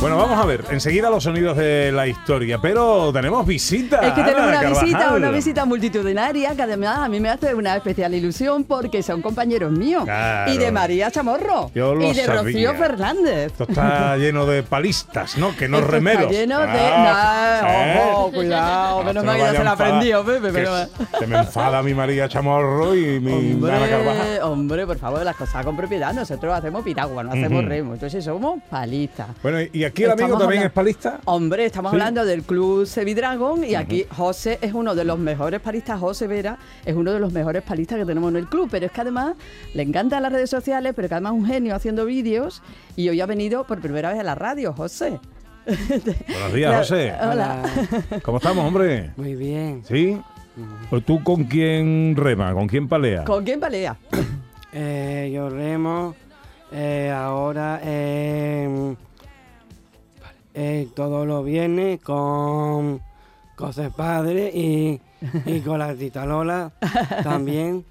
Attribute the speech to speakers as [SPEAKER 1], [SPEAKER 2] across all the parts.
[SPEAKER 1] Bueno,
[SPEAKER 2] Ah.
[SPEAKER 1] vamos a ver, enseguida los sonidos de la historia, pero tenemos visita.
[SPEAKER 2] Es que tenemos
[SPEAKER 1] Ana
[SPEAKER 2] una visita,
[SPEAKER 1] Ah, Carvajal.
[SPEAKER 2] una visita multitudinaria que además a mí me hace una especial ilusión porque son compañeros míos.
[SPEAKER 1] Claro.
[SPEAKER 2] Y de María Chamorro.
[SPEAKER 1] Yo lo
[SPEAKER 2] y de
[SPEAKER 1] sabía.
[SPEAKER 2] Rocío Fernández.
[SPEAKER 1] Esto está lleno de palistas, ¿no? Que no
[SPEAKER 2] Esto está
[SPEAKER 1] remeros.
[SPEAKER 2] lleno de-
[SPEAKER 1] Ah,
[SPEAKER 2] nah,
[SPEAKER 1] ¿eh?
[SPEAKER 2] ojo, cuidado, menos
[SPEAKER 1] te
[SPEAKER 2] mal que ya
[SPEAKER 1] vaya
[SPEAKER 2] se lo
[SPEAKER 1] a enfadar,
[SPEAKER 2] aprendió, Pepe,
[SPEAKER 1] que
[SPEAKER 2] pero-
[SPEAKER 1] se- Se me enfada mi María Chamorro y mi Ana Carvajal.
[SPEAKER 2] Hombre, hombre, por favor, las cosas con propiedad. Nosotros hacemos piragua, no hacemos
[SPEAKER 1] Ujú.
[SPEAKER 2] remo. Entonces somos palistas.
[SPEAKER 1] Bueno, ¿y aquí el amigo
[SPEAKER 2] Estamos
[SPEAKER 1] también
[SPEAKER 2] hablando-
[SPEAKER 1] es palista?
[SPEAKER 2] Hombre, estamos
[SPEAKER 1] Sí.
[SPEAKER 2] hablando del club Sevidragon y aquí José es uno de los mejores palistas, José Vera es uno de los mejores palistas que tenemos en el club, pero es que además le encantan las redes sociales, pero que además es un genio haciendo vídeos y hoy ha venido por primera vez a la radio, José.
[SPEAKER 1] Buenos días,
[SPEAKER 2] La-
[SPEAKER 1] José.
[SPEAKER 2] Hola.
[SPEAKER 1] ¿Cómo estamos, hombre?
[SPEAKER 3] Muy bien.
[SPEAKER 1] ¿Sí? ¿O tú con quién rema? ¿Con quién palea?
[SPEAKER 2] ¿Con quién pelea?
[SPEAKER 3] Eh, yo remo. eh, ahora eh, eh, todos los viernes con Cosas Padre y, y con la tita Lola también.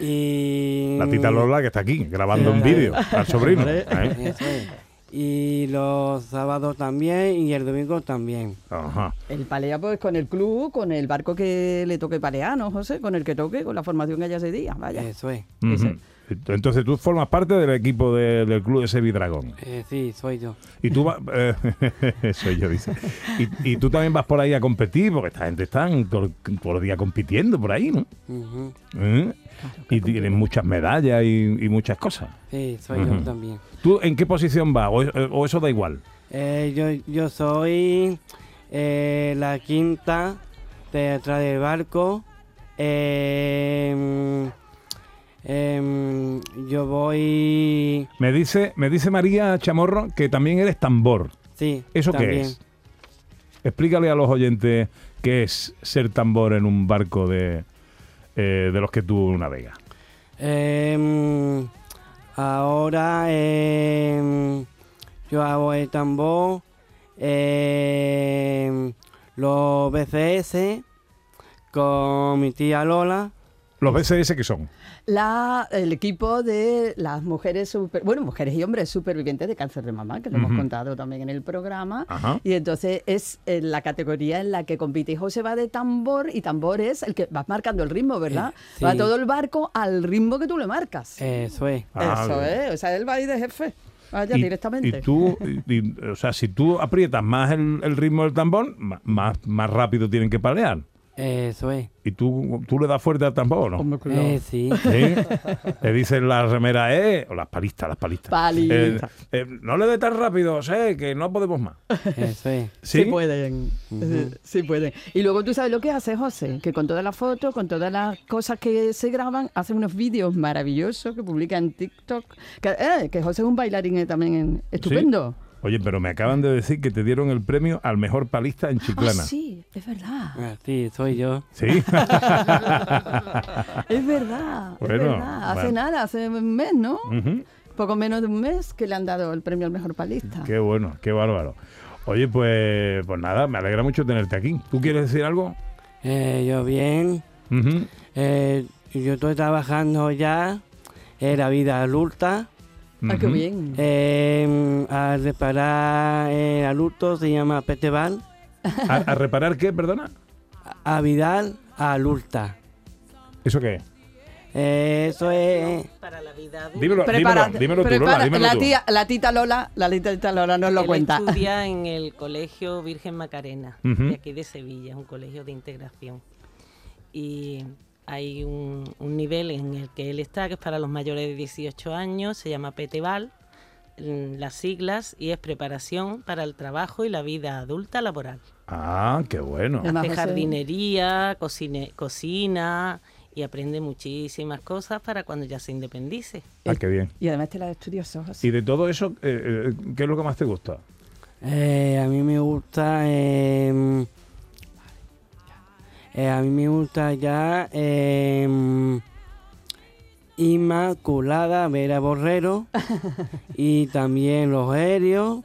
[SPEAKER 3] Y,
[SPEAKER 1] La tita Lola que está aquí grabando un vídeo al sobrino. ¿eh?
[SPEAKER 3] Eso es. Y los sábados también y el domingo también.
[SPEAKER 1] Ajá.
[SPEAKER 2] El palea pues con el club, con el barco que le toque palear, ¿no, José? Con el que toque, con la formación que haya ese día, vaya.
[SPEAKER 3] Eso es.
[SPEAKER 1] Ujú. Entonces tú formas parte del equipo de- del club de Sevidragón.
[SPEAKER 3] Eh, sí, soy yo.
[SPEAKER 1] Y tú vas. eh, soy yo, dice. Y, y tú también vas por ahí a competir, porque esta gente está todo, todo el día compitiendo por ahí, ¿no?
[SPEAKER 3] Ujú.
[SPEAKER 1] ¿Eh? Y tienes muchas medallas y, y muchas cosas.
[SPEAKER 3] Sí, soy
[SPEAKER 1] Ujú.
[SPEAKER 3] yo también.
[SPEAKER 1] ¿Tú en qué posición vas? ¿O, eh, o eso da igual?
[SPEAKER 3] Eh, yo, yo soy eh, la quinta de atrás del barco. Em, em, yo voy.
[SPEAKER 1] Me dice, me dice María Chamorro que también eres tambor.
[SPEAKER 3] Sí.
[SPEAKER 1] ¿Eso qué
[SPEAKER 3] también.
[SPEAKER 1] es? Explícale a los oyentes qué es ser tambor en un barco de, eh, de los que tú navegas.
[SPEAKER 3] Em, ahora em, yo hago el tambor, em, los BCS con mi tía Lola.
[SPEAKER 1] ¿Los BCS que son?
[SPEAKER 2] La, el equipo de las mujeres, super- bueno, mujeres y hombres supervivientes de cáncer de mamá, que lo hemos
[SPEAKER 1] Ujú.
[SPEAKER 2] contado también en el programa.
[SPEAKER 1] Ajá.
[SPEAKER 2] Y entonces es eh, la categoría en la que compite. Y José va de tambor, y tambor es el que vas marcando el ritmo, ¿verdad?
[SPEAKER 3] Eh, sí.
[SPEAKER 2] Va todo el barco al ritmo que tú le marcas.
[SPEAKER 3] Eso es.
[SPEAKER 1] Ah,
[SPEAKER 2] Eso
[SPEAKER 1] bien.
[SPEAKER 2] es, o sea, él va ahí de jefe, vaya
[SPEAKER 1] Y-
[SPEAKER 2] directamente.
[SPEAKER 1] Y tú, y- y, o sea, si tú aprietas más el, el ritmo del tambor, ma- más, más rápido tienen que palear.
[SPEAKER 3] Eso es.
[SPEAKER 1] Y tú, tú le das fuerte al tambor, ¿no?
[SPEAKER 2] Hombre, cuidado.
[SPEAKER 3] Eh, sí.
[SPEAKER 1] ¿Sí? Le dicen la remera, eh, o las palistas, las palistas.
[SPEAKER 2] Palista.
[SPEAKER 1] Eh, eh, no le dé tan rápido, sé que no podemos más.
[SPEAKER 3] Eso es.
[SPEAKER 2] Sí, pueden. eh, Sí pueden. Y luego tú sabes lo que hace José, que con todas las fotos, con todas las cosas que se graban, hace unos vídeos maravillosos que publica en TikTok. Que, eh, que José es un bailarín eh, también en- estupendo.
[SPEAKER 1] Sí. Oye, pero me acaban de decir que te dieron el premio al mejor palista en
[SPEAKER 2] Ah,
[SPEAKER 1] Chiclana.
[SPEAKER 2] sí, es verdad.
[SPEAKER 3] Así ah, soy yo.
[SPEAKER 1] ¿Sí?
[SPEAKER 2] Es verdad.
[SPEAKER 1] Ah. Bueno,
[SPEAKER 2] es verdad. Hace
[SPEAKER 1] bueno.
[SPEAKER 2] nada, hace un mes, ¿no?
[SPEAKER 1] Ujú.
[SPEAKER 2] Poco menos de un mes que le han dado el premio al mejor palista.
[SPEAKER 1] Qué bueno, qué bárbaro. Oye, pues, pues nada, me alegra mucho tenerte aquí. ¿Tú quieres decir algo?
[SPEAKER 3] Eh, yo bien.
[SPEAKER 1] Ujú.
[SPEAKER 3] Eh, yo estoy trabajando ya en la vida adulta.
[SPEAKER 2] Ah, qué
[SPEAKER 1] Ujú.
[SPEAKER 2] bien.
[SPEAKER 3] Eh, a reparar el adulto se llama Peteval.
[SPEAKER 1] ¿A, a reparar qué, perdona?
[SPEAKER 3] A Vidal adulta.
[SPEAKER 1] ¿Eso qué es?
[SPEAKER 3] Eh, eso es.
[SPEAKER 1] Dímelo,
[SPEAKER 2] Prepárate,
[SPEAKER 1] dímelo, dímelo tú,
[SPEAKER 2] prepara-
[SPEAKER 1] Lola, dímelo
[SPEAKER 2] la
[SPEAKER 1] tú.
[SPEAKER 2] tía, la tita Lola, la tita Lola nos lo
[SPEAKER 4] Él
[SPEAKER 2] cuenta.
[SPEAKER 4] estudia en el colegio Virgen Macarena,
[SPEAKER 1] Ujú.
[SPEAKER 4] de aquí de Sevilla, es un colegio de integración. Y hay un, un nivel en el que él está, que es para los mayores de 18 años, se llama PTVAL, mm, las siglas, y es preparación para el trabajo y la vida adulta laboral.
[SPEAKER 1] Ah, qué bueno.
[SPEAKER 2] Además,
[SPEAKER 4] Hace
[SPEAKER 2] José-
[SPEAKER 4] jardinería, cocine- cocina y aprende muchísimas cosas para cuando ya se independice.
[SPEAKER 1] Ah, qué bien.
[SPEAKER 2] Y además te la estudioso, José.
[SPEAKER 1] Y de todo eso, eh, eh, ¿qué es lo que más te gusta?
[SPEAKER 3] eh, a mí me gusta. eh, eh, a mí me gusta ya. eh, Inmaculada Vera Borrero. y también Rogelio.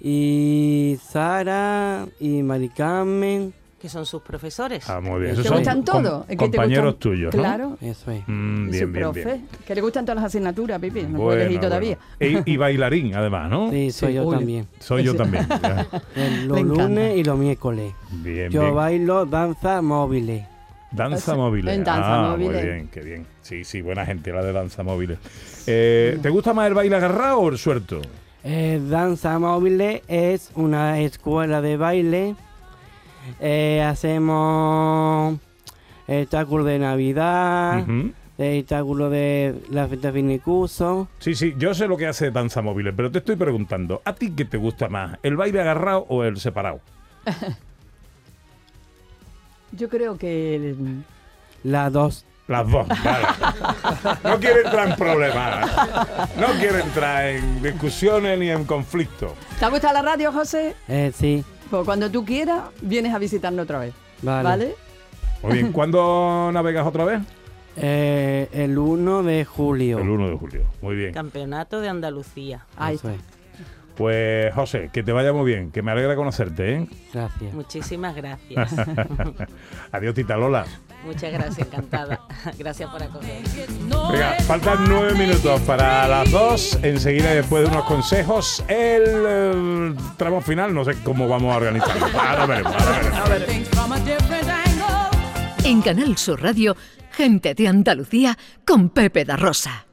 [SPEAKER 3] Y Sara. Y Mari Carmen.
[SPEAKER 4] que son sus profesores.
[SPEAKER 1] Ah, muy bien.
[SPEAKER 3] ¿Te
[SPEAKER 1] Esos son
[SPEAKER 2] gustan
[SPEAKER 1] com-
[SPEAKER 2] todos? ¿Es que te
[SPEAKER 1] compañeros
[SPEAKER 2] gustan?
[SPEAKER 1] tuyos, ¿no?
[SPEAKER 2] Claro.
[SPEAKER 3] Eso es.
[SPEAKER 1] Mm,
[SPEAKER 2] Y
[SPEAKER 1] bien, bien,
[SPEAKER 2] su profe,
[SPEAKER 1] bien.
[SPEAKER 2] que le gustan todas las asignaturas, Pipi, no puedes
[SPEAKER 1] Bueno,
[SPEAKER 2] elegir todavía.
[SPEAKER 1] bueno. Y, y bailarín, además, ¿no?
[SPEAKER 3] Sí, soy
[SPEAKER 2] Sí,
[SPEAKER 3] yo
[SPEAKER 2] uy.
[SPEAKER 3] también.
[SPEAKER 1] Soy yo
[SPEAKER 2] Ese-
[SPEAKER 1] también. ya.
[SPEAKER 3] El-
[SPEAKER 2] Le
[SPEAKER 3] Los
[SPEAKER 2] encanta.
[SPEAKER 3] lunes y los miércoles.
[SPEAKER 1] Bien,
[SPEAKER 3] Yo
[SPEAKER 1] bien.
[SPEAKER 3] bailo danza móviles.
[SPEAKER 1] Danza
[SPEAKER 2] Ese-
[SPEAKER 1] móvil.
[SPEAKER 2] en danza
[SPEAKER 1] ah,
[SPEAKER 2] móvil.
[SPEAKER 1] Muy bien, qué bien. Sí, sí, buena gente la de danza móvil. Eh, ¿Te gusta más el baile agarrado o el suelto?
[SPEAKER 3] Eh, danza móviles es una escuela de baile. Eh, hacemos espectáculo de
[SPEAKER 2] Ah.
[SPEAKER 3] Navidad,
[SPEAKER 1] Ujú.
[SPEAKER 3] espectáculo de la fiesta de fin de curso.
[SPEAKER 1] Sí, sí, yo sé lo que hace danza móvil, pero te estoy preguntando, ¿a ti qué te gusta más? ¿El baile agarrado o el separado?
[SPEAKER 2] Yo creo que el-
[SPEAKER 3] Las dos.
[SPEAKER 1] Las dos, vale. No quiero entrar en problemas. No quiero entrar en discusiones ni en conflictos.
[SPEAKER 2] ¿Te ha gustado la radio, José?
[SPEAKER 3] Eh, sí,
[SPEAKER 2] Pues cuando tú quieras, vienes a visitarnos otra vez.
[SPEAKER 3] vale.
[SPEAKER 2] ¿Vale?
[SPEAKER 1] Muy bien, ¿cuándo navegas otra vez?
[SPEAKER 3] Eh, el 1 de julio.
[SPEAKER 1] El 1 de julio. Muy bien.
[SPEAKER 4] Campeonato de Andalucía.
[SPEAKER 2] Ahí
[SPEAKER 3] Eso
[SPEAKER 2] está.
[SPEAKER 3] es.
[SPEAKER 1] Pues José, que te vaya muy bien, que me alegra conocerte, ¿eh?
[SPEAKER 3] Gracias.
[SPEAKER 4] Muchísimas gracias.
[SPEAKER 1] Adiós, Tita Lola.
[SPEAKER 4] Muchas gracias, encantada. Gracias por acogerme.
[SPEAKER 1] Venga, faltan nueve minutos para las dos. Enseguida, después de unos consejos, el, eh, tramo final. No sé cómo vamos a organizarlo. Ahora veremos, ahora veremos.
[SPEAKER 5] Things from a different angle.
[SPEAKER 6] En Canal Sur Radio, Gente de Andalucía con Pepe da Rosa.